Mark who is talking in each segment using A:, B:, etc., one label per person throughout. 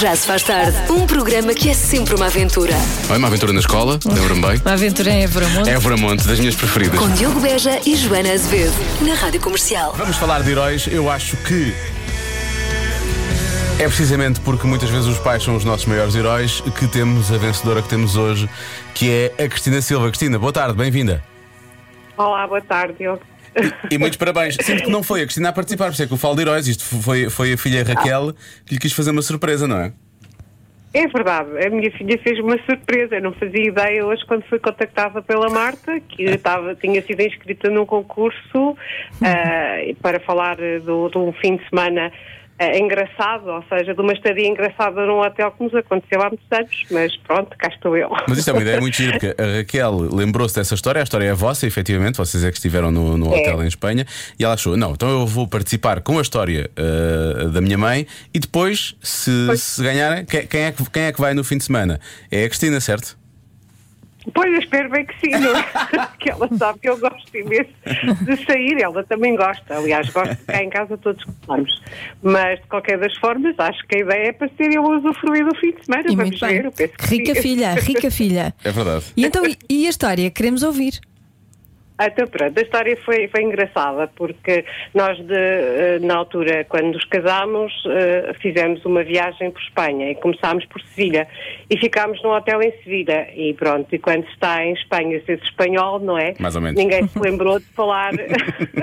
A: Já se faz tarde. Um programa que é sempre uma aventura.
B: Olha, uma aventura na escola, lembro-me bem.
C: Uma aventura em Evramonte.
B: Évora Monte, das minhas preferidas.
A: Com Diogo Beja e Joana Azevedo. Na Rádio Comercial.
B: Vamos falar de heróis, eu acho que. É precisamente porque muitas vezes os pais são os nossos maiores heróis que temos a vencedora que temos hoje, que é a Cristina Silva. Cristina, boa tarde, bem-vinda.
D: Olá, boa tarde, Diogo.
B: E muitos parabéns. Sinto que não foi a Cristina a participar, por isso é que eu falo de heróis. Isto foi, foi a filha Raquel que lhe quis fazer uma surpresa, não é?
D: É verdade, a minha filha fez uma surpresa. Eu não fazia ideia hoje quando fui contactada pela Marta, que estava, tinha sido inscrita num concurso ah, para falar do- de um fim de semana ah, engraçado, ou seja, de uma estadia engraçada num hotel que nos aconteceu há muitos anos, mas pronto, cá estou eu.
B: Mas isto é uma ideia muito gira, porque a Raquel lembrou-se dessa história, a história é vossa, efetivamente, vocês é que estiveram no, no hotel em Espanha, e ela achou: não, então eu vou participar com a história ah, da minha mãe, e depois, se, se ganharem, que- quem é, que, quem é que vai no fim de semana? É a Cristina, certo?
D: Pois, eu espero bem que sim, não é? que ela sabe que eu gosto imenso de sair, ela também gosta, aliás, gosto de cá em casa todos gostarmos. Mas, de qualquer das formas, acho que a ideia é para ser eu a usufruir do fim de semana,
C: E
D: vamos
C: muito bem.
D: ver, eu penso que
C: Rica
D: sim.
C: filha, rica filha.
B: É verdade.
C: E então, e- e a história? Queremos ouvir.
D: Ah, Então pronto, a história foi, foi engraçada porque nós de, eh, na altura, quando nos casámos, eh, fizemos uma viagem por Espanha e começámos por Sevilha e ficámos num hotel em Sevilha e pronto, e quando se está em Espanha ser espanhol, não é?
B: Mais ou menos.
D: Ninguém se lembrou de falar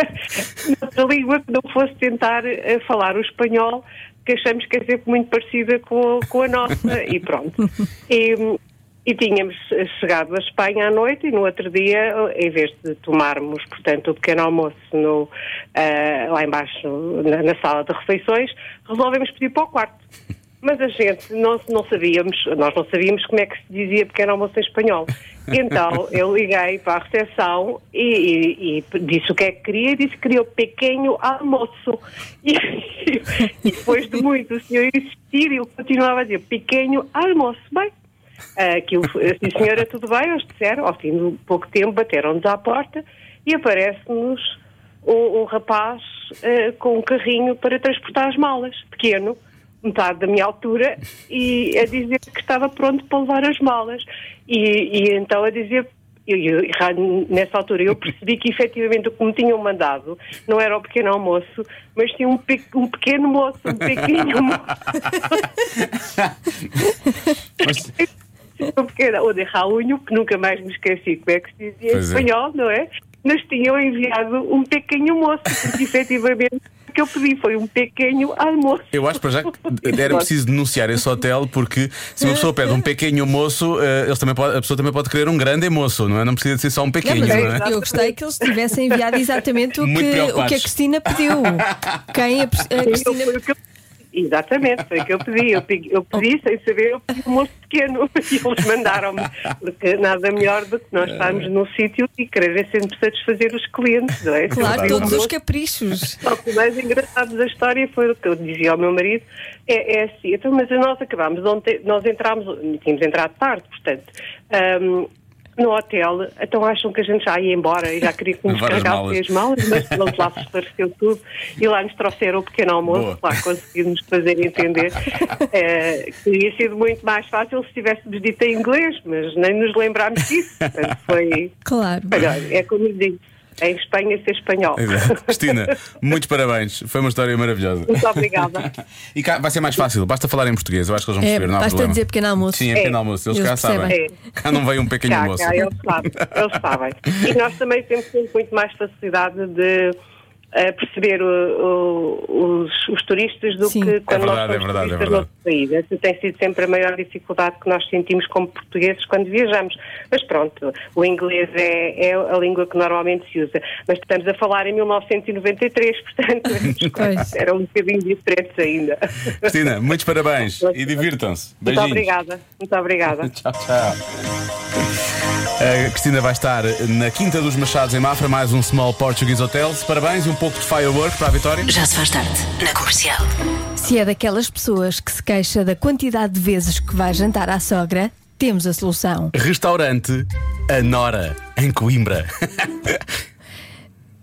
D: noutra língua que não fosse tentar eh, falar o espanhol que achamos que é sempre muito parecida com, com a nossa e pronto. E, e tínhamos eh, chegado à Espanha à noite e no outro dia, eh, em vez de tomarmos, portanto, o pequeno almoço no, ah, lá embaixo na, na sala de refeições, resolvemos pedir para o quarto. Mas a gente não, não sabíamos, nós não sabíamos como é que se dizia pequeno almoço em espanhol. Então eu liguei para a recepção e, e- e disse o que é que queria e disse que queria o pequeno almoço. E, e depois de muito o senhor insistir, ele continuava a dizer pequeno almoço. Bem, ah, Aquilo, sim senhora, tudo bem, eles disseram, ao fim de pouco tempo, bateram-nos à porta e aparece-nos um, um rapaz ah, com um carrinho para transportar as malas, pequeno, metade da minha altura, e a dizer que estava pronto para levar as malas. E, e então a dizer, eu- eu- ra- nessa altura eu percebi que efetivamente o que me tinham mandado não era o pequeno almoço, mas tinha um, pe- um pequeno moço, um pequeno moço.
B: Mas-
D: Então, porque era o de Raúlho, que nunca mais me esqueci como é que se dizia em
B: Pois é.
D: espanhol, não é? Nos tinham enviado um pequeno almoço, porque efetivamente o que eu pedi foi um pequeno almoço.
B: Eu acho para já que era preciso denunciar esse hotel porque se uma pessoa pede um pequeno moço, eh, eles também pode- a pessoa também pode querer um grande moço, não é? Não precisa de ser só um
C: Não,
B: pequeno,
C: mas
B: não
C: eu,
B: é?
D: Exato.
C: eu gostei que eles tivessem enviado exatamente o
B: Muito
C: que, o
B: preocupados.
C: que a Cristina pediu. Quem a, a
D: Eu-
C: Cristina.
D: foi o que eu- Exatamente, foi o que eu pedi. Eu pedi, eu pedi sem saber, eu pedi um moço pequeno e eles mandaram-me. Porque nada melhor do que
B: É.
D: nós estarmos num sítio e quererem sempre satisfazer os clientes, não é?
C: Claro,
D: Pedir um
C: todos os
D: almoço.
C: caprichos.
D: Só que o mais engraçado da história foi o que eu dizia ao meu marido: é, é assim, então, mas nós acabámos ontem, nós entrámos, tínhamos entrado tarde, portanto, ahm, no hotel, então acham que a gente já ia embora e já queria que nos
B: Levar as
D: carregassem
B: malas.
D: as malas, mas pronto, lá se esclareceu tudo e lá nos trouxeram o pequeno almoço,
B: Boa.
D: lá conseguimos fazer entender eh, que teria sido muito mais fácil se tivéssemos dito em inglês, mas nem nos lembrámos disso, portanto, foi.
C: Claro.
D: Olha, é como eu digo, em Espanha ser espanhol.
B: Exato. Cristina, muitos parabéns. Foi uma história maravilhosa.
D: Muito obrigada.
B: E cá vai ser mais fácil, basta falar em português, eu acho que eles vão
C: É,
B: perceber, não há
C: basta
B: problema.
C: dizer pequeno almoço.
B: Sim, é pequeno almoço, eles,
C: Eles
B: cá sabem.
D: percebem.
B: Cá não veio um pequeno
D: Cá,
B: almoço.
D: cá, eles sabem, eles sabem. E nós também temos sempre muito mais facilidade de eh, perceber o- o- os, os turistas do
C: Sim.
D: que quando
B: verdade, é
D: nós somos
B: verdade, é
D: turistas no
B: verdade.
D: outro país. Essa tem sido sempre a maior dificuldade que nós sentimos como portugueses quando viajamos. Mas pronto, o inglês é, é a língua que normalmente se usa. Mas estamos a falar em 1993, portanto, as coisas eram um bocadinho diferentes ainda.
B: Cristina, muitos parabéns e divirtam-se.
D: Muito
B: Beijinhos.
D: obrigada, muito obrigada.
B: Tchau, tchau. A Cristina vai estar na Quinta dos Machados em Mafra, mais um Small Portuguese Hotel. Parabéns e um pouco de firework para a vitória.
A: Já se faz tarde. Na Comercial.
C: Se é daquelas pessoas que se queixa da quantidade de vezes que vai jantar à sogra, temos a solução.
B: Restaurante Anora, em Coimbra.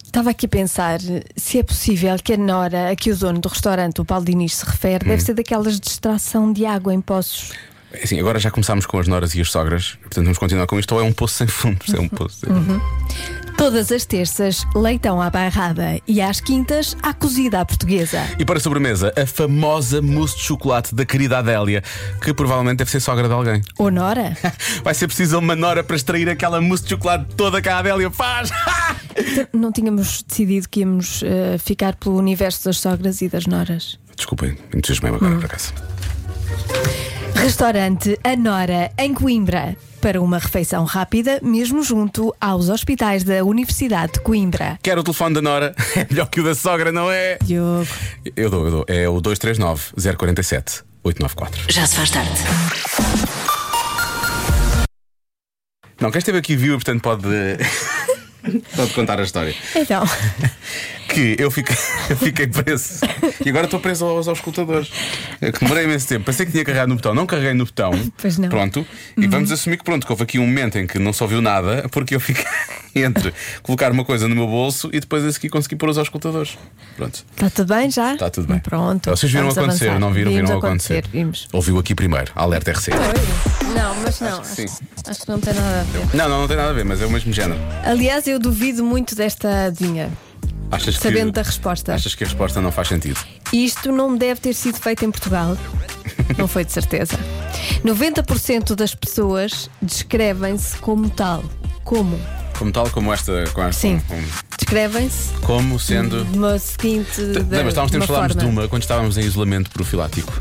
C: Estava aqui a pensar se é possível que a Nora, a que o dono do restaurante, o Paulo Diniz, se refere, deve ser daquelas de extração de água em poços.
B: É Assim, agora já começámos com as noras e as sogras, portanto vamos continuar com isto. Ou é um poço sem fundo? Isto É um poço. sem fundo.
C: Todas as terças, leitão à barrada e às quintas, à cozida à portuguesa.
B: E para sobremesa, a famosa mousse de chocolate da querida Adélia, que provavelmente deve ser sogra de alguém.
C: Ou Nora?
B: Vai ser preciso uma nora para extrair aquela mousse de chocolate toda que a Adélia faz.
C: Então, Não tínhamos decidido que íamos eh, ficar pelo universo das sogras e das noras.
B: Desculpem, entusiasmei-me agora por acaso.
C: Restaurante A Nora, em Coimbra. Para uma refeição rápida, mesmo junto aos hospitais da Universidade de Coimbra.
B: Quero o telefone da Nora, é melhor que o da sogra, não é?
C: Diogo.
B: Eu dou, eu dou. É o 239 047 894.
A: Já se faz tarde.
B: Não, quem esteve aqui viu, portanto pode. pode contar a história.
C: Então,
B: Que eu fiquei, eu fiquei preso. E agora estou preso aos auscultadores. É que demorei imenso tempo. Pensei que tinha carregado no botão, não carreguei no botão.
C: Pois não. Uhum.
B: Pronto. E vamos assumir que pronto, que houve aqui um momento em que não se ouviu nada, porque eu fiquei entre colocar uma coisa no meu bolso e depois a seguir consegui pôr os auscultadores. Pronto.
C: está Tá tudo bem já?
B: Está Tá tudo bem.
C: Pronto.
B: Vocês viram
C: vamos
B: acontecer,
C: avançar.
B: não viram?
C: Vimos
B: viram acontecer.
C: Vimos.
B: Ouviu aqui primeiro, alerta RC.
C: Não, mas não.
B: Acho que sim.
C: acho que não tem nada a ver.
B: Não, não, não tem nada a ver, mas é o mesmo género.
C: Aliás, eu duvido muito desta adivinha,
B: Achas
C: sabendo
B: que,
C: da resposta.
B: Achas que a resposta não faz sentido?
C: Isto não deve ter sido feito em Portugal. Não foi de certeza. 90% das pessoas descrevem-se como tal. Como?
B: Como tal, como esta. Com esta
C: Sim.
B: com- com-
C: Descrevem-se
B: como sendo.
C: de uma seguinte. de-
B: Lembras, estávamos
C: de
B: tempos
C: uma
B: falámos de
C: forma. Uhum.
B: uma, quando estávamos em isolamento profilático,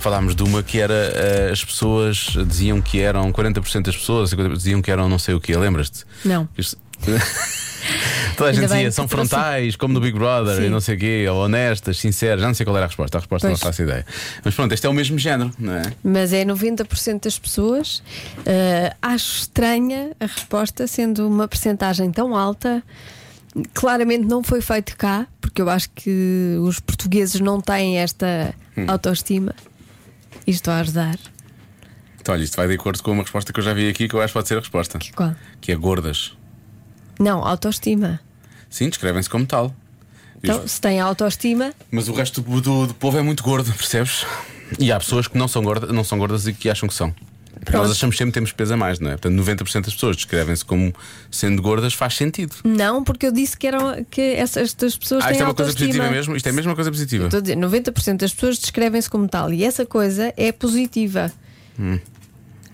B: falámos de uma que era eh, as pessoas diziam que eram 40% das pessoas, 50% diziam que eram não sei o quê, lembras-te?
C: Não.
B: Isto- Toda a gente
C: Ainda bem
B: dizia,
C: que
B: são
C: trouxe-
B: frontais, como no Big Brother,
C: Sim.
B: e não sei o quê, ou honestas, sinceras, já não sei qual era a resposta, a resposta
C: Pois.
B: não faço ideia. Mas pronto, este é o mesmo género, não é?
C: Mas é 90% das pessoas. Ah, acho estranha a resposta, sendo uma percentagem tão alta. Claramente não foi feito cá, porque eu acho que os portugueses não têm esta
B: Hum.
C: autoestima. E estou a ajudar.
B: Então, olha, isto vai de acordo com uma resposta que eu já vi aqui, que eu acho que pode ser a resposta,
C: Que qual?
B: que é gordas.
C: Não, autoestima.
B: Sim, descrevem-se como tal. E os-
C: Então, se tem autoestima,
B: Mas o resto do, do- do povo é muito gordo, percebes? E há pessoas que não são gordas, não são gordas e que acham que são. Porque Nós achamos sempre que temos peso a mais, não é? Portanto, 90% das pessoas descrevem-se como sendo gordas, faz sentido.
C: não, porque eu disse que, eram, que essa- estas pessoas
B: Ah,
C: têm
B: isto é uma coisa
C: autoestima.
B: positiva mesmo? Isto é mesmo uma coisa positiva.
C: Estou a dizer, 90% das pessoas descrevem-se como tal e essa coisa é positiva.
B: Hum.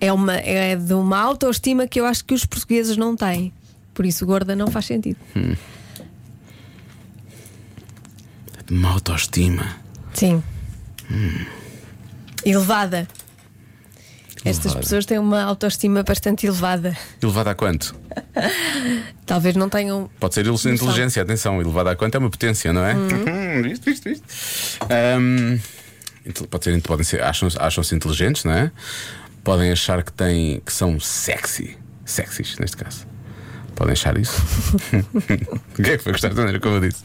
C: É, uma, é de uma autoestima que eu acho que os portugueses não têm. Por isso, gorda não faz sentido.
B: Hum. De Uma autoestima.
C: Sim. Hum. Elevada. Estas
B: Elevada.
C: pessoas têm uma autoestima bastante elevada.
B: Elevada a quanto?
C: Talvez não tenham.
B: Pode ser ilusão de inteligência, atenção, elevada a quanto é uma potência, não é? isto, isto, isto. Ahm, inte- pode ser, podem ser, acham, acham-se inteligentes, não é? Podem achar que têm, que são sexy, sexys neste caso. Podem achar isso? O que é que foi gostar da maneira como eu disse?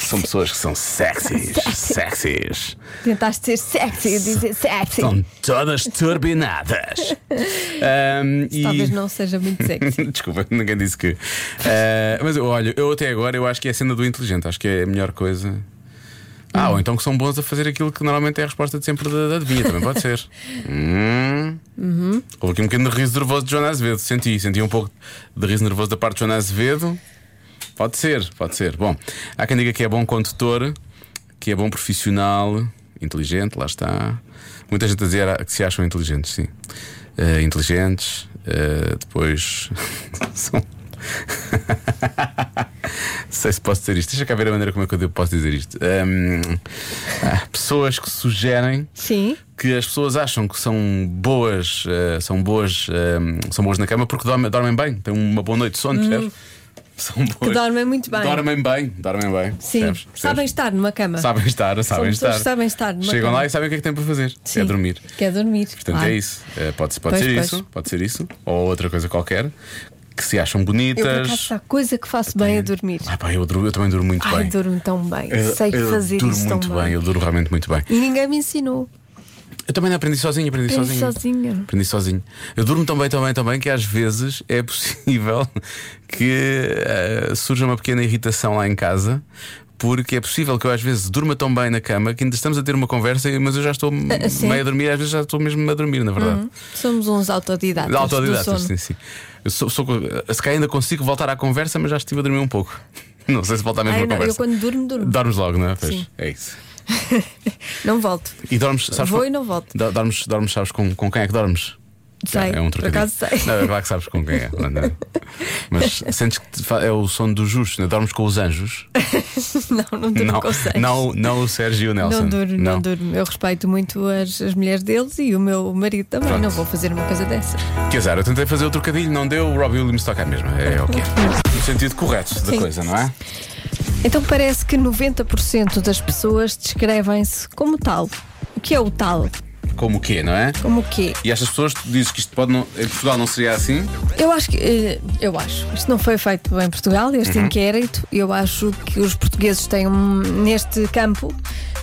B: São pessoas que são sexys, sexys.
C: Tentaste ser sexy, dizer sexy.
B: São todas turbinadas. Ahm, e-
C: Talvez não seja muito sexy.
B: Desculpa, ninguém disse que. Eh, mas eu- olha, eu até agora eu acho que é a cena do inteligente, acho que é a melhor coisa. Ah, ou então que são bons a fazer aquilo que normalmente é a resposta de sempre da, da adivinha, também pode ser. Hum. Houve aqui um bocadinho de riso nervoso de Joana Azevedo, senti, senti um pouco de riso nervoso da parte de Joana Azevedo. Pode ser, pode ser. Bom, há quem diga que é bom condutor, que é bom profissional, inteligente, lá está. Muita gente a dizer ah, que se acham inteligentes, sim. Eh, inteligentes, eh, depois são. Não sei se posso dizer isto. Deixa cá ver a maneira como é que eu posso dizer isto. Ahm, há pessoas que sugerem
C: Sim.
B: que as pessoas acham que são boas, eh, são boas, eh, são boas na cama porque dormem, dormem bem, têm uma boa noite de sono, percebes? São boas.
C: Hum. dormem muito bem.
B: Dormem bem, dormem bem. percebes?
C: Sim,
B: Percebes?
C: sabem estar numa cama.
B: Sabem estar, sabem
C: pessoas
B: estar.
C: que sabem estar numa
B: Chegam
C: cama.
B: lá e sabem o que é que têm para fazer.
C: Sim.
B: É dormir.
C: Quer dormir.
B: Portanto,
C: claro.
B: é isso. Eh, pode pode
C: Pois,
B: ser
C: pois.
B: isso, pode ser isso. Ou outra coisa qualquer. Que se acham
C: Eu, por
B: bonitas.
C: acaso, há coisa que faço bem é dormir.
B: Ah, pá, eu, durmo- eu também durmo muito
C: Ai,
B: bem.
C: durmo tão bem.
B: Eu-
C: Sei
B: eu
C: fazer
B: durmo
C: isso tão
B: muito bem. eu durmo realmente muito bem.
C: E ninguém me ensinou.
B: Eu também não aprendi sozinho, aprendi,
C: Aprendi
B: sozinho.
C: sozinho.
B: Aprendi sozinho. Eu durmo tão bem, tão bem, tão bem que às vezes é possível que eh, surja uma pequena irritação lá em casa. Porque é possível que eu às vezes durma tão bem na cama que ainda estamos a ter uma conversa, mas eu já estou
C: Ah, sim.
B: meio a dormir, às vezes já estou mesmo a dormir, na verdade.
C: Somos uns autodidatas. do
B: Autodidatas,
C: sono.
B: sim, sim. Eu sou, sou, se calhar ainda consigo voltar à conversa, mas já estive a dormir um pouco. Não sei se voltar mesmo
C: Ai,
B: à
C: não, eu
B: conversa.
C: quando durmo, durmo.
B: Dormes logo, não é? Pois,
C: Sim.
B: É isso.
C: Não volto.
B: E dormes, sabes?
C: Vou
B: com-
C: e não volto.
B: Do- Dormes, dormes sabes com, com quem é que dormes?
C: Sei.
B: É um
C: por
B: trocadilho.
C: acaso sei.
B: Não, é claro que sabes com quem é. não é? Mas sentes que te fa- é o sono dos justos, não é? dormes com os anjos?
C: Não, não durmo
B: não,
C: com seis.
B: não, não o Sérgio e o Nelson.
C: Não durmo, não. durmo. Eu respeito muito as, as mulheres deles e o meu marido também.
B: Pronto.
C: Não vou fazer uma coisa dessa.
B: Quer dizer, eu tentei fazer o trocadilho, não deu, o Robbie Williams toca a mesma. É o que é. No sentido correto da
C: Sim.
B: coisa, não é?
C: Então parece que 90% das pessoas descrevem-se como tal. O que é o tal?
B: Como o quê, não é?
C: Como o quê?
B: E estas pessoas tu dizes que isto pode não, em Portugal não seria assim?
C: Eu acho que. eh, Eu acho. Isto não foi feito em Portugal, este
B: Uhum.
C: inquérito. Eu acho que os portugueses têm, um, neste campo,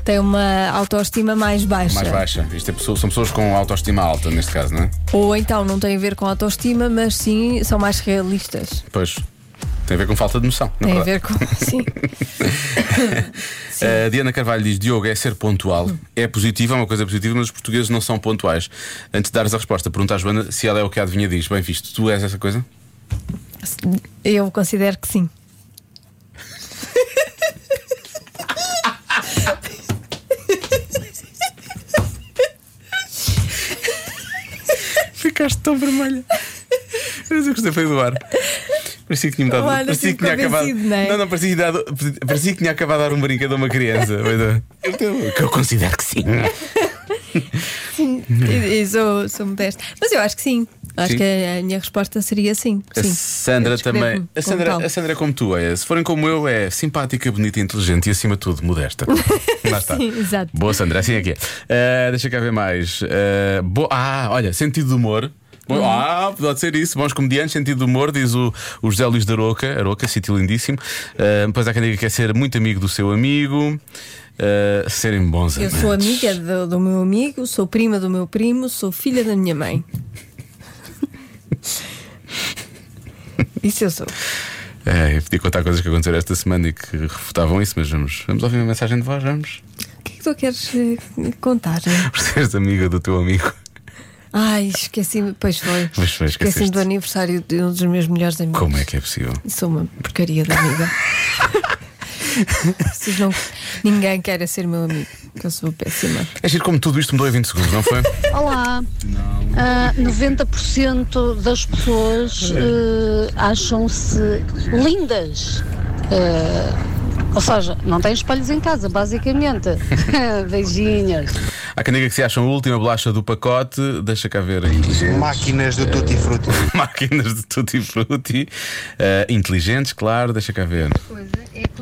C: têm uma autoestima mais baixa.
B: Mais baixa. Isto é pessoa- são pessoas com autoestima alta, neste caso, não é?
C: Ou então não tem a ver com autoestima, mas sim são mais realistas.
B: Pois. Tem a ver com falta de noção. na
C: Tem a
B: verdade.
C: ver com. Sim.
B: A Eh, Diana Carvalho diz: Diogo, é ser pontual. É positivo, é uma coisa positiva, mas os portugueses não são pontuais. Antes de dares a resposta, pergunta à Joana se ela é o que a adivinha diz. Bem visto, tu és essa coisa?
C: Eu considero que sim.
B: Ficaste tão vermelha. Mas eu gostei, foi do ar. Parecia que tinha-me dado.
C: Olha,
B: parecia que
C: fico
B: tinha acabado.
C: convencido, não é?
B: não, parecia, que tinha dado- parecia que tinha acabado de dar um brinquedo a uma criança. Mas, uh, eu- que eu considero que sim.
C: E- e sou, sou modesta. Mas eu acho que sim. Acho
B: Sim.
C: que a a minha resposta seria sim.
B: A
C: sim.
B: Sandra
C: Eu descrevo-me
B: também. A
C: como
B: Sandra,
C: tal.
B: a Sandra é como tu, é. Se forem como eu, é simpática, bonita, inteligente e acima de tudo, modesta. Lá está.
C: Sim, exato.
B: Boa, Sandra, assim é que é. Eh, deixa cá ver mais. Eh, bo- Ah, olha, sentido de humor.
C: Uhum.
B: Bom, Ah, pode ser isso. Bons comediantes, sentido de humor, diz o, o José Luís da Roca, Aroca, sítio lindíssimo. Eh, depois há quem diga que é ser muito amigo do seu amigo, eh, serem bons
C: Eu
B: amantes.
C: sou amiga do, do meu amigo, sou prima do meu primo, sou filha da minha mãe. Isso eu sou.
B: É, eu podia contar coisas que aconteceram esta semana e que refutavam isso, mas vamos, vamos ouvir uma mensagem de voz, vamos.
C: O que é que tu queres eh, contar?
B: Por seres amiga do teu amigo.
C: Ai, esqueci-me. Pois foi.
B: Pois foi, esqueceste.
C: Esqueci-me do aniversário de um dos meus melhores amigos.
B: Como é que é possível?
C: Sou uma porcaria de amiga. Vocês não- Ninguém quer ser meu amigo, que eu sou péssima.
B: É giro como tudo isto mudou em 20 segundos, não foi?
E: Olá. Ah, 90% das pessoas eh, acham-se lindas. Eh, ou seja, não têm espelhos em casa, basicamente. Beijinhos.
B: Há quem diga que se acham a última bolacha do pacote, deixa cá ver aí.
F: Máquinas do Tutti Frutti.
B: Máquinas de tutti frutti, eh, inteligentes, claro, deixa cá ver.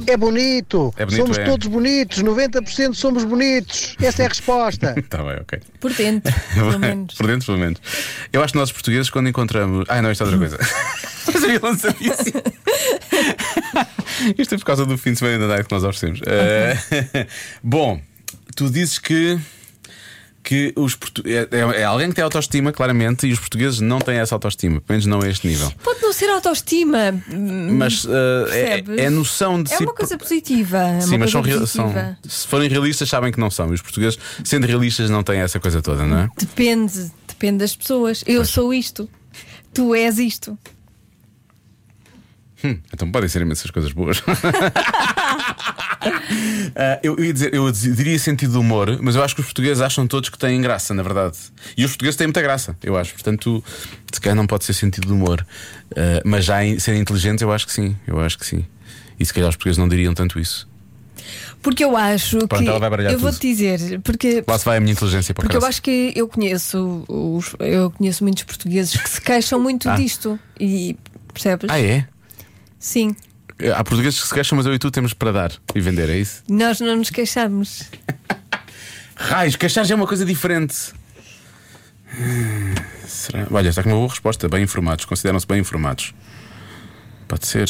F: É bonito.
B: É bonito,
F: somos
B: é.
F: todos bonitos. 90% somos bonitos. Essa é a resposta.
B: Está Tá bem, ok.
C: Por dentro, pelo menos.
B: Por dentro, pelo menos. Eu acho que nós portugueses, quando encontramos. Ah, não, isto é outra coisa. Mas eu não sabia assim. Isto é por causa do fim de semana da night que nós oferecemos. Eh, Bom, tu dizes que. Que os portu... é, é- é alguém que tem autoestima, claramente, e os portugueses não têm essa autoestima, pelo menos não a este nível.
C: Pode não ser autoestima,
B: Mas eh,
C: Hum, percebes?
B: é, é a noção de
C: é
B: si.
C: uma coisa positiva. é
B: Sim,
C: uma
B: mas são,
C: coisa
B: real- são-
C: positiva.
B: se forem realistas, sabem que não são. E os portugueses, sendo realistas, não têm essa coisa toda, não é?
C: Depende, depende das pessoas. Eu sou isto, tu és isto.
B: Então podem ser imensas coisas boas. Ah, eu, eu ia dizer, eu diz- diria sentido de humor, mas eu acho que os portugueses acham todos que têm graça, na verdade. E os portugueses têm muita graça, eu acho. Portanto, se calhar não pode ser sentido de humor. Ah, mas já em serem inteligentes, eu acho que sim. Eu acho que sim. E se calhar os portugueses não diriam tanto isso.
C: Porque eu acho
B: Pronto,
C: que.
B: ela vai baralhar
C: eu vou-te
B: tudo.
C: dizer, porque.
B: Lá se vai a minha inteligência para
C: Porque eu
B: casa.
C: acho que eu conheço os- eu conheço muitos portugueses que se queixam muito disto e percebes?
B: Ah, é?
C: Sim,
B: Há portugueses que se queixam, mas eu e tu temos para dar e vender, é isso?
C: nós não nos queixamos.
B: Raios, queixar já é uma coisa diferente. Hum, Será? Olha, está com uma boa resposta. Bem informados, consideram-se bem informados. Pode ser.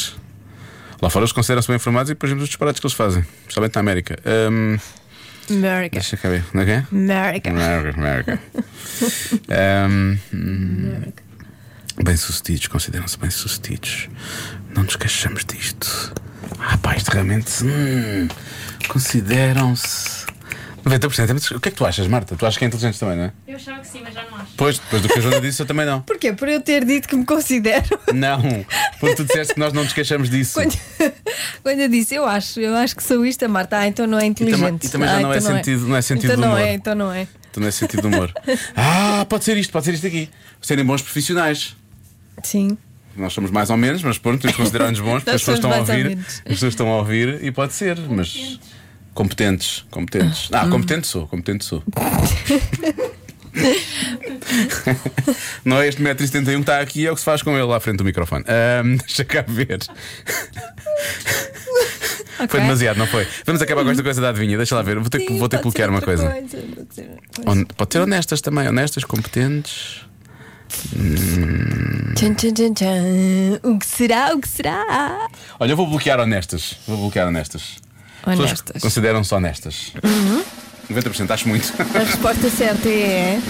B: Lá fora eles consideram-se bem informados e depois vemos os disparates que eles fazem, especialmente na América. Hum,
C: America.
B: Deixa cá ver. Não é que é?
C: America.
B: America, America. Ahm, hum, bem-sucedidos, consideram-se bem-sucedidos. Não nos queixamos disto. Ah, pá, isto realmente. hum, consideram-se. 90% é muito- O que é que tu achas, Marta? Tu achas que é inteligente também, não é?
G: Eu achava que sim, mas já não acho.
B: Pois, depois do que a Joana disse, eu também não.
C: Porquê? Por eu ter dito que me considero.
B: Não, porque tu disseste que nós não nos queixamos disso.
C: Quando, quando eu disse, eu acho, eu acho que sou isto, a Marta, ah, então não é
B: também-
C: inteligente.
B: e também já
C: Ah,
B: não é
C: então
B: sentido- não é sentido
C: Então
B: do
C: não
B: humor.
C: é, então não é.
B: Tu não é sentido de humor. Ah, pode ser isto, pode ser isto aqui. Serem bons profissionais.
C: Sim.
B: Nós somos mais ou menos, mas pronto, temos de considerar-nos bons, porque as
C: Nós
B: pessoas estão
C: somos
B: a
C: mais ou
B: ouvir.
C: menos.
B: As pessoas estão a ouvir e pode ser, mas. Competentes, competentes.
C: Hum.
B: Ah, competente sou, competente sou. Não é este metro e 71 que está aqui, é o que se faz com ele lá à frente do microfone. Ahm, deixa cá ver. Foi
C: Ok.
B: demasiado, não foi? Vamos acabar com esta coisa da adivinha, deixa lá ver. Vou ter, que-
C: Sim,
B: Tipo, vou ter que
C: pode ser
B: bloquear uma
C: outra
B: coisa.
C: pode ser outra coisa.
B: Hon- Pode ser honestas também, honestas, competentes.
C: Tchan, tchan, tchan, tchan. O que será? O que será?
B: Olha, eu vou bloquear honestas. Vou bloquear honestas. Uhum. Pessoas que
C: Honestas.
B: Consideram-se honestas. 90%, acho muito.
C: A resposta certa é.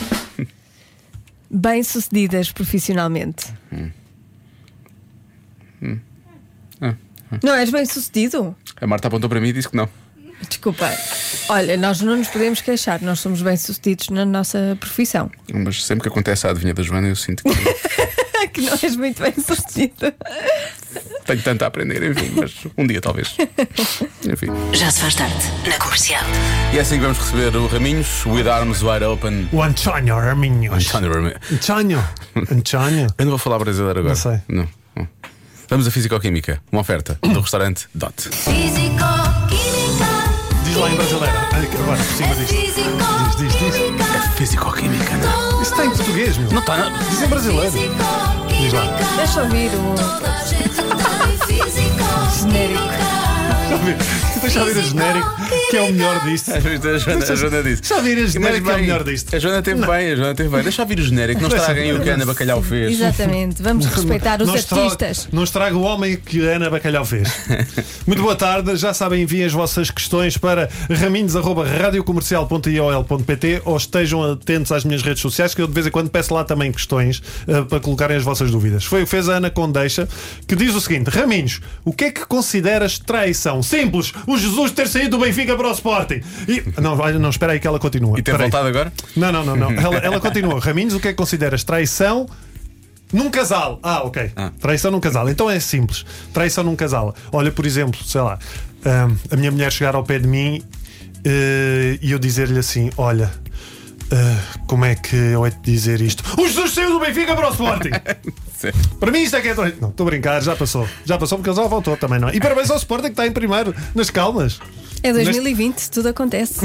C: Bem-sucedidas profissionalmente.
B: Hum.
C: Ah, Não és bem-sucedido?
B: A Marta apontou para mim e disse que não.
C: Desculpa. Olha, nós não nos podemos queixar, nós somos bem-sucedidos na nossa profissão.
B: Mas sempre que acontece a adivinha da Joana, eu sinto que
C: É que não és muito bem-sucedido.
B: tenho tanto a aprender, enfim, mas um dia talvez. Enfim.
A: Já se faz tarde na comercial.
B: E é assim que vamos receber o Raminhos, With Arms Wide Open.
H: O Antonio Arminhos.
B: António Raminhos.
H: Antonio. Antonio.
B: Eu não vou falar brasileiro agora.
H: Não sei.
B: Não. Não. Vamos a Fisicoquímica, uma oferta do restaurante Dot.
I: Físico, química.
H: Diz lá em brasileiro. Agora, por cima disto.
I: Físico,
H: é Diz, diz, diz.
B: Fisicoquímica,
H: Isso está em português, meu.
B: não está.
H: Diz em brasileiro.
I: Físico,
H: Diz lá.
C: Deixa eu ouvir o.
I: toda a gente tem físico,
C: Genérico.
I: química.
H: Deixa eu ver a genérico, que é o melhor disto.
B: A Joana, a Joana disse.
H: Deixa eu ver a
B: Mas
H: genérico, que é o
B: bem,
H: melhor disto.
B: A Joana teve bem, a Joana teve bem. Deixa eu ouvir o genérico, não estraguem o que a Ana Bacalhau fez.
C: Exatamente, vamos respeitar os
H: Não estrago-
C: artistas.
H: Não estraga o homem que a Ana Bacalhau fez. Muito boa tarde, já sabem, enviem as vossas questões para raminhos.radiocomercial.iol.pt ou estejam atentos às minhas redes sociais, que eu de vez em quando peço lá também questões eh, para colocarem as vossas dúvidas. Foi o que fez a Ana Condeixa, que diz o seguinte: Raminhos, o que é que consideras traição? Simples, o Jesus ter saído do Benfica para o Sporting. E, não, olha, não, espera aí que ela continua.
B: E ter
H: Espera aí.
B: voltado agora?
H: Não, não, não, não. Ela, ela continua. Raminhos, o que é que consideras traição num casal? Ah, ok. Traição num casal. Então é simples. Traição num casal. Olha, por exemplo, sei lá, hum, a minha mulher chegar ao pé de mim eh, e eu dizer-lhe assim: olha. eh, como é que eu hei de dizer isto? O Jesus saiu do Benfica para o Sporting! para mim, isto é que é traição. Não, estou a brincar, já passou. Já passou porque ele já voltou também, não é? E parabéns ao Sporting que está em primeiro, nas calmas.
C: É 2020, tudo acontece.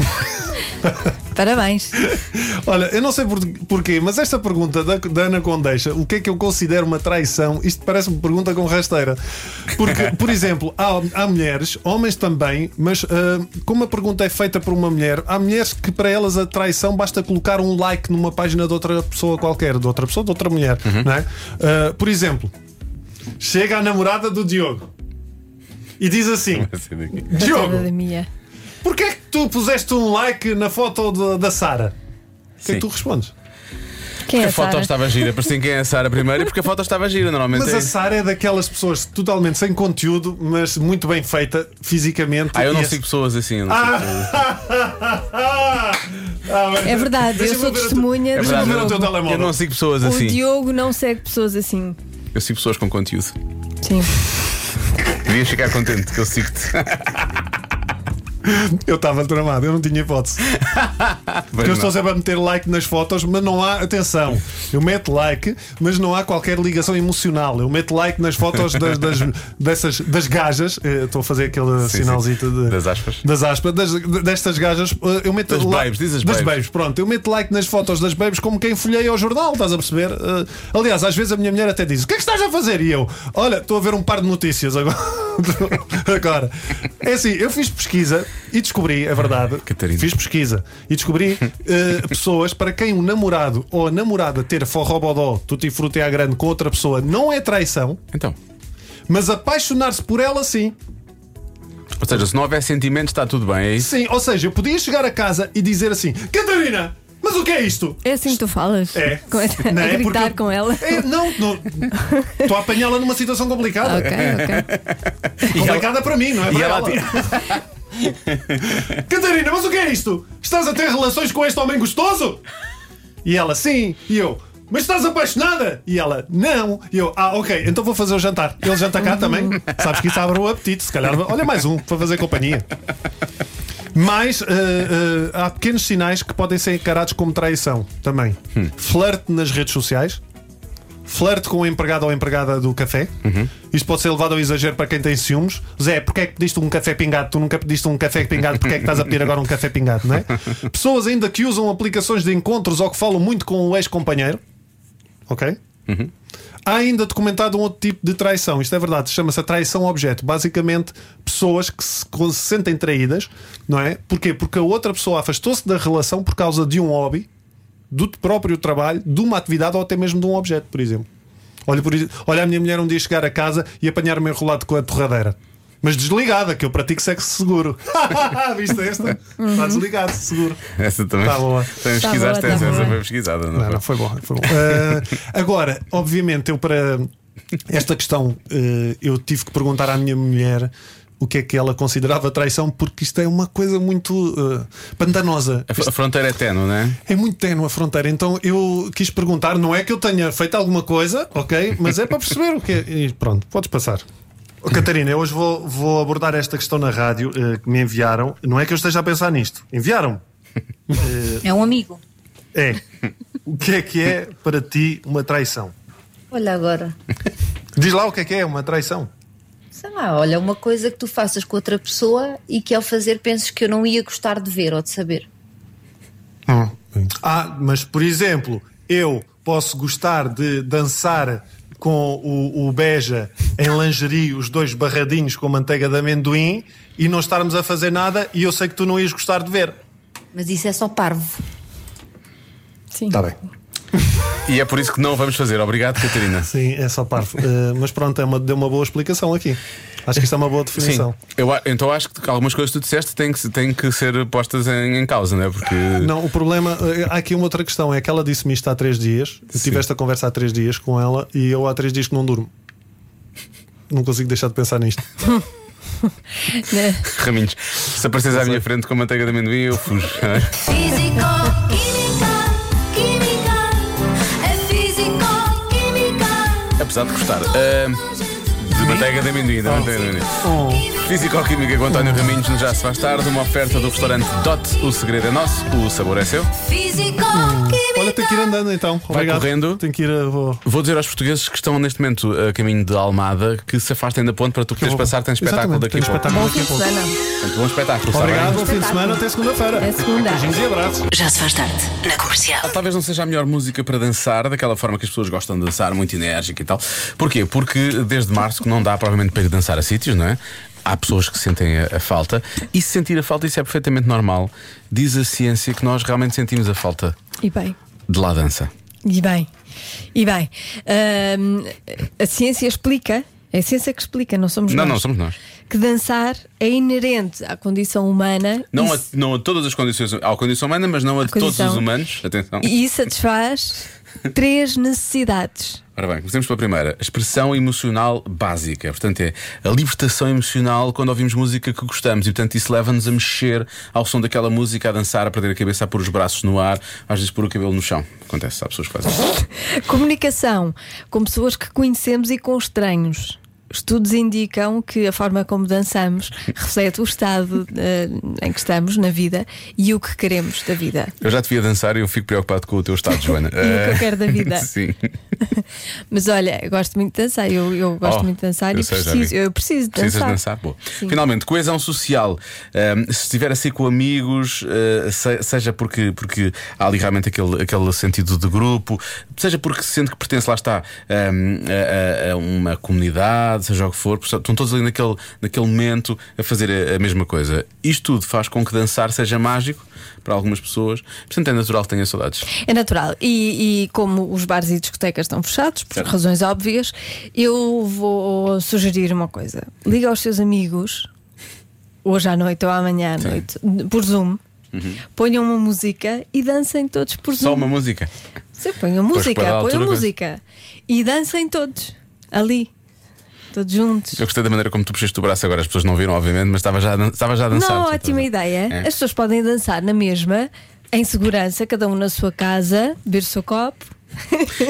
C: Parabéns.
H: Olha, eu não sei por, porquê, mas esta pergunta da, da Ana Condeixa, o que é que eu considero uma traição, isto parece-me pergunta com rasteira. Porque, por exemplo, há, há mulheres, homens também, mas ah, como a pergunta é feita por uma mulher, há mulheres que para elas a traição basta colocar um like numa página de outra pessoa qualquer, de outra pessoa, de outra mulher, não é? Ah, por exemplo, chega a namorada do Diogo e diz assim:
C: Coitada da
H: Diogo,
C: minha.
H: porquê é que tu puseste um like na foto de- da Sara? O que
B: Sim.
H: é que tu respondes?
C: Quem
B: Porque
C: é
B: a
C: a
B: foto
C: Sara?
B: estava gira, parecia quem é a Sara primeiro, porque a foto estava gira, normalmente.
H: Mas
B: é
H: a
B: isso.
H: Sara é daquelas pessoas totalmente sem conteúdo, mas muito bem feita fisicamente.
B: Ah, eu não
H: E
B: sigo pessoas assim. eu não sigo pessoas.
H: Ah, mas-
C: É verdade, eu
H: Deixa-me
C: sou
H: ver o teu-
C: testemunha
B: É
C: do
H: Deixa-me ver o
C: Diogo.
H: teu telemóvel.
B: Eu não sigo pessoas
C: O
B: assim.
C: Diogo não segue pessoas assim.
B: Eu sigo pessoas com conteúdo.
C: Sim.
B: Devias ficar contente que eu sigo-te.
H: Eu estava tramado, eu não tinha hipótese. Porque eu estou sempre a meter like nas fotos, mas não há atenção. Eu meto like, mas não há qualquer ligação emocional. Eu meto like nas fotos das, das, dessas, das gajas. Eh, Estou a fazer aquele
B: Sim,
H: sinalzinho
B: sim.
H: de-
B: Das aspas.
H: Das aspas, das- destas gajas. eh, Eu meto
B: Das
H: like-
B: babes, diz as
H: das
B: babes.
H: babes, pronto. Eu meto like nas fotos das babes como quem folheia ao jornal, estás a perceber? Eh, aliás, às vezes a minha mulher até diz: O que é que estás a fazer? E eu: Olha, estou a ver um par de notícias agora. agora. É assim, eu fiz pesquisa e descobri, é verdade,
B: Catarina.
H: fiz pesquisa e descobri eh, pessoas para quem o namorado ou a namorada ter forrobodó, tutti frutti à grande com outra pessoa não é traição,
B: Então,
H: mas apaixonar-se por ela sim.
B: Ou seja, se não houver sentimentos, está tudo bem, é isso?
H: Sim, ou seja, eu podia chegar a casa e dizer assim: Catarina, mas o que é isto?
C: É assim que tu falas?
H: É.
C: Começa
H: Não
C: a
H: é?
C: gritar
H: Porque-
C: com ela.
H: É, não, não. estou a apanhá-la numa situação complicada.
C: Ok, ok.
H: Complicada para mim, não é?
B: E
H: Para
B: ela
H: ela. Catarina, mas o que é isto? Estás a ter relações com este homem gostoso? E ela, sim. E eu, mas estás apaixonada? E ela, não. E eu, ah, ok, então vou fazer o jantar. Ele janta cá também. Sabes que isso abre o apetite, se calhar. Olha, mais um, para fazer companhia. Mas eh, eh, há pequenos sinais que podem ser encarados como traição também.
B: Hum.
H: Flerte nas redes sociais, flerte com o empregado ou empregada do café. Isto pode ser levado ao exagero para quem tem ciúmes. Zé, porque é que pediste um café pingado? Tu nunca pediste um café pingado, porque é que estás a pedir agora um café pingado, não é? Pessoas ainda que usam aplicações de encontros ou que falam muito com o ex-companheiro. Ok? Há ainda documentado um outro tipo de traição. Isto é verdade, chama-se a traição objeto. Basicamente, pessoas que se, con- se sentem traídas, não é? Porquê? Porque a outra pessoa afastou-se da relação por causa de um hobby, do próprio trabalho, de uma atividade ou até mesmo de um objeto, por exemplo. Olha, por, ex- olha a minha mulher um dia chegar a casa e apanhar-me enrolado com a torradeira. Mas desligada, que eu pratico sexo seguro. Viste esta? Está desligado, seguro.
B: Essa também.
H: Tá boa.
B: Também
C: Tá
B: pesquisaste
C: boa, tá
B: essa, essa
C: boa.
B: foi pesquisada, não,
H: Não,
B: foi?
H: não, foi bom, foi bom. Eh, agora, obviamente, eu para esta questão, eh, eu tive que perguntar à minha mulher o que é que ela considerava traição, porque isto é uma coisa muito eh, pantanosa.
B: A fr- A fronteira é ténue, não é?
H: É muito tenue a fronteira, então eu quis perguntar, não é que eu tenha feito alguma coisa, ok? Mas é para perceber o que é. E pronto, podes passar.
G: Ô, Catarina, eu hoje vou, vou abordar esta questão na rádio eh, que me enviaram. Não é que eu esteja a pensar nisto. Enviaram-me.
J: É um amigo.
G: É. O que é que é para ti uma traição?
J: Olha agora.
G: Diz lá o que é que é uma traição.
J: Sei lá, olha, uma coisa que tu faças com outra pessoa e que ao fazer penses que eu não ia gostar de ver ou de saber.
H: Hum.
G: Ah, mas por exemplo, eu posso gostar de dançar com o, o Beja em lingerie, os dois barradinhos com manteiga de amendoim e não estarmos a fazer nada e eu sei que tu não ias gostar de ver.
J: Mas isso é só parvo.
C: Sim.
H: Tá
G: Está bem.
B: E é por isso que não vamos fazer. Obrigado, Catarina.
H: Sim, é só parvo. Eh, mas pronto, é uma, deu uma boa explicação aqui. Acho que isto é uma boa definição.
B: Eu, a- então acho que algumas coisas que tu disseste têm que, se- têm que ser postas em, em causa, não é? Porque.
H: Não, o problema. eh, Há aqui uma outra questão: é que ela disse-me isto há três dias. Eu
B: Sim.
H: tive esta conversa há três dias com ela e eu há três dias que não durmo. Não consigo deixar de pensar nisto.
B: Raminhos, se apareces à minha frente com manteiga de amendoim, eu fujo.
I: Físico, química, química. É físico, química.
B: Apesar de gostar. Ahm, Ah, de manteiga de amendoim, de manteiga de amendoim.
H: Oh.
B: Físico-química com António Raminhos no Já Se Faz Tarde, uma oferta do restaurante Dot. O segredo é nosso, o sabor é seu.
I: Físico, química.
H: Olha, tenho que ir andando então. Obrigado.
B: correndo.
H: Tenho que ir. eh, Vou...
B: Vou dizer aos portugueses que estão neste momento a caminho de Almada que se afastem da ponte para tu poderes
H: vou-
B: passar. Tens espetáculo
H: Exatamente,
B: daqui a
H: tenho
B: pouco.
H: espetáculo
C: Bom
H: daqui
C: fim
H: a
C: de
H: pouco.
C: semana.
B: Portanto, Bom espetáculo, está bem?
H: Obrigado, bom fim de semana. Até segunda-feira.
C: É segunda.
H: Beijinhos e abraços.
A: Já se faz tarde na comercial.
B: Talvez não seja a melhor música para dançar, daquela forma que as pessoas gostam de dançar, muito enérgica e tal. Porquê? Porque desde março que não dá provavelmente para ir dançar a sítios, não é? Há pessoas que sentem a, a falta e se sentir a falta, isso é perfeitamente normal. Diz a ciência que nós realmente sentimos a falta
C: E bem.
B: de lá dança.
C: E bem, e bem. Ahm, a ciência explica, é a ciência que explica, não somos
B: Não,
C: nós.
B: não, somos nós.
C: Que dançar é inerente à condição humana
B: Não
C: e,
B: a, não a todas as condições, à condição humana, mas não a de todos
C: condição.
B: os humanos. Atenção.
C: e satisfaz três necessidades.
B: Ora bem, comecemos pela primeira, expressão emocional básica. Portanto, é a libertação emocional quando ouvimos música que gostamos e, portanto, isso leva-nos a mexer ao som daquela música, a dançar, a perder a cabeça, a pôr os braços no ar, às vezes pôr o cabelo no chão. Acontece, há pessoas que fazem. isso.
C: Comunicação com pessoas que conhecemos e com estranhos. Estudos indicam que a forma como dançamos reflete o estado eh, em que estamos na vida e o que queremos da vida.
B: Eu já te via dançar e eu fico preocupado com o teu estado, Joana.
C: E o que eu quero da vida.
B: Sim.
C: Mas olha, eu gosto muito de dançar, eu, eu gosto
B: Oh,
C: muito de dançar
B: eu
C: e
B: sei, já
C: preciso,
B: vi.
C: eu preciso de
B: Precisas
C: dançar.
B: dançar? Boa.
C: Sim.
B: Finalmente, coesão social. Ahm, se estiver assim com amigos, ah, se- seja porque, porque há ali realmente aquele, aquele sentido de grupo, seja porque se sente que pertence, lá está, ahm, a, a- a uma comunidade, seja o que for, portanto, estão todos ali naquele, naquele momento a fazer a, a mesma coisa. Isto tudo faz com que dançar seja mágico para algumas pessoas, portanto é natural que tenha saudades.
C: É natural. E, e como os bares e discotecas estão fechados, por razões óbvias, eu vou sugerir uma coisa. Liga aos seus amigos hoje à noite ou amanhã à noite, por Zoom,
B: Uhum.
C: ponham uma música e dancem todos por Zoom.
B: Só uma música.
C: Sim,
B: Pois, para a
C: ponham música,
B: altura,
C: ponham
B: pois.
C: música. E dancem todos, ali, todos juntos.
B: Eu gostei da maneira como tu puxaste o braço agora, as pessoas não viram, obviamente, mas estava já, a dan- estava já a dançar.
C: Não,
B: portanto,
C: ótima ideia.
B: É.
C: As pessoas podem dançar na mesma, em segurança, cada um na sua casa, beber o seu copo.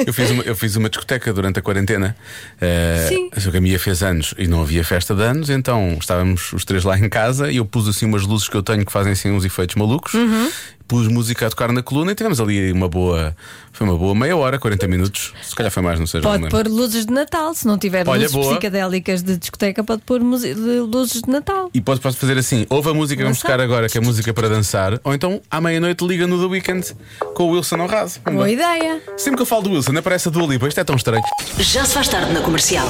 B: Eu fiz, uma, eu fiz uma discoteca durante a quarentena. Eh,
C: Sim.
B: só que a minha fez anos e não havia festa de anos, então estávamos os três lá em casa e eu pus assim umas luzes que eu tenho que fazem assim uns efeitos malucos.
C: Uhum.
B: Pus música a tocar na coluna e tivemos ali uma boa. Foi uma boa meia hora, 40 minutos. Se calhar foi mais, não sei. já
C: Pode
B: não me
C: pôr
B: lembro.
C: luzes de Natal, se não tiver
B: Olha,
C: luzes
B: boa.
C: psicadélicas de discoteca, pode pôr muse- luzes de Natal.
B: E pode, pode fazer assim: ouve a música, vamos
C: Dançar.
B: tocar agora, que é música para dançar, ou então à meia-noite liga no The Weekend com o Wilson ao raso. Pumba.
C: Boa ideia.
B: Sempre que eu falo do Wilson, aparece a Dua Lipa. Isto é tão estranho.
A: Já se faz tarde na comercial.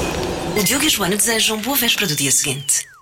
A: O Diogo e a Joana desejam boa véspera do dia seguinte.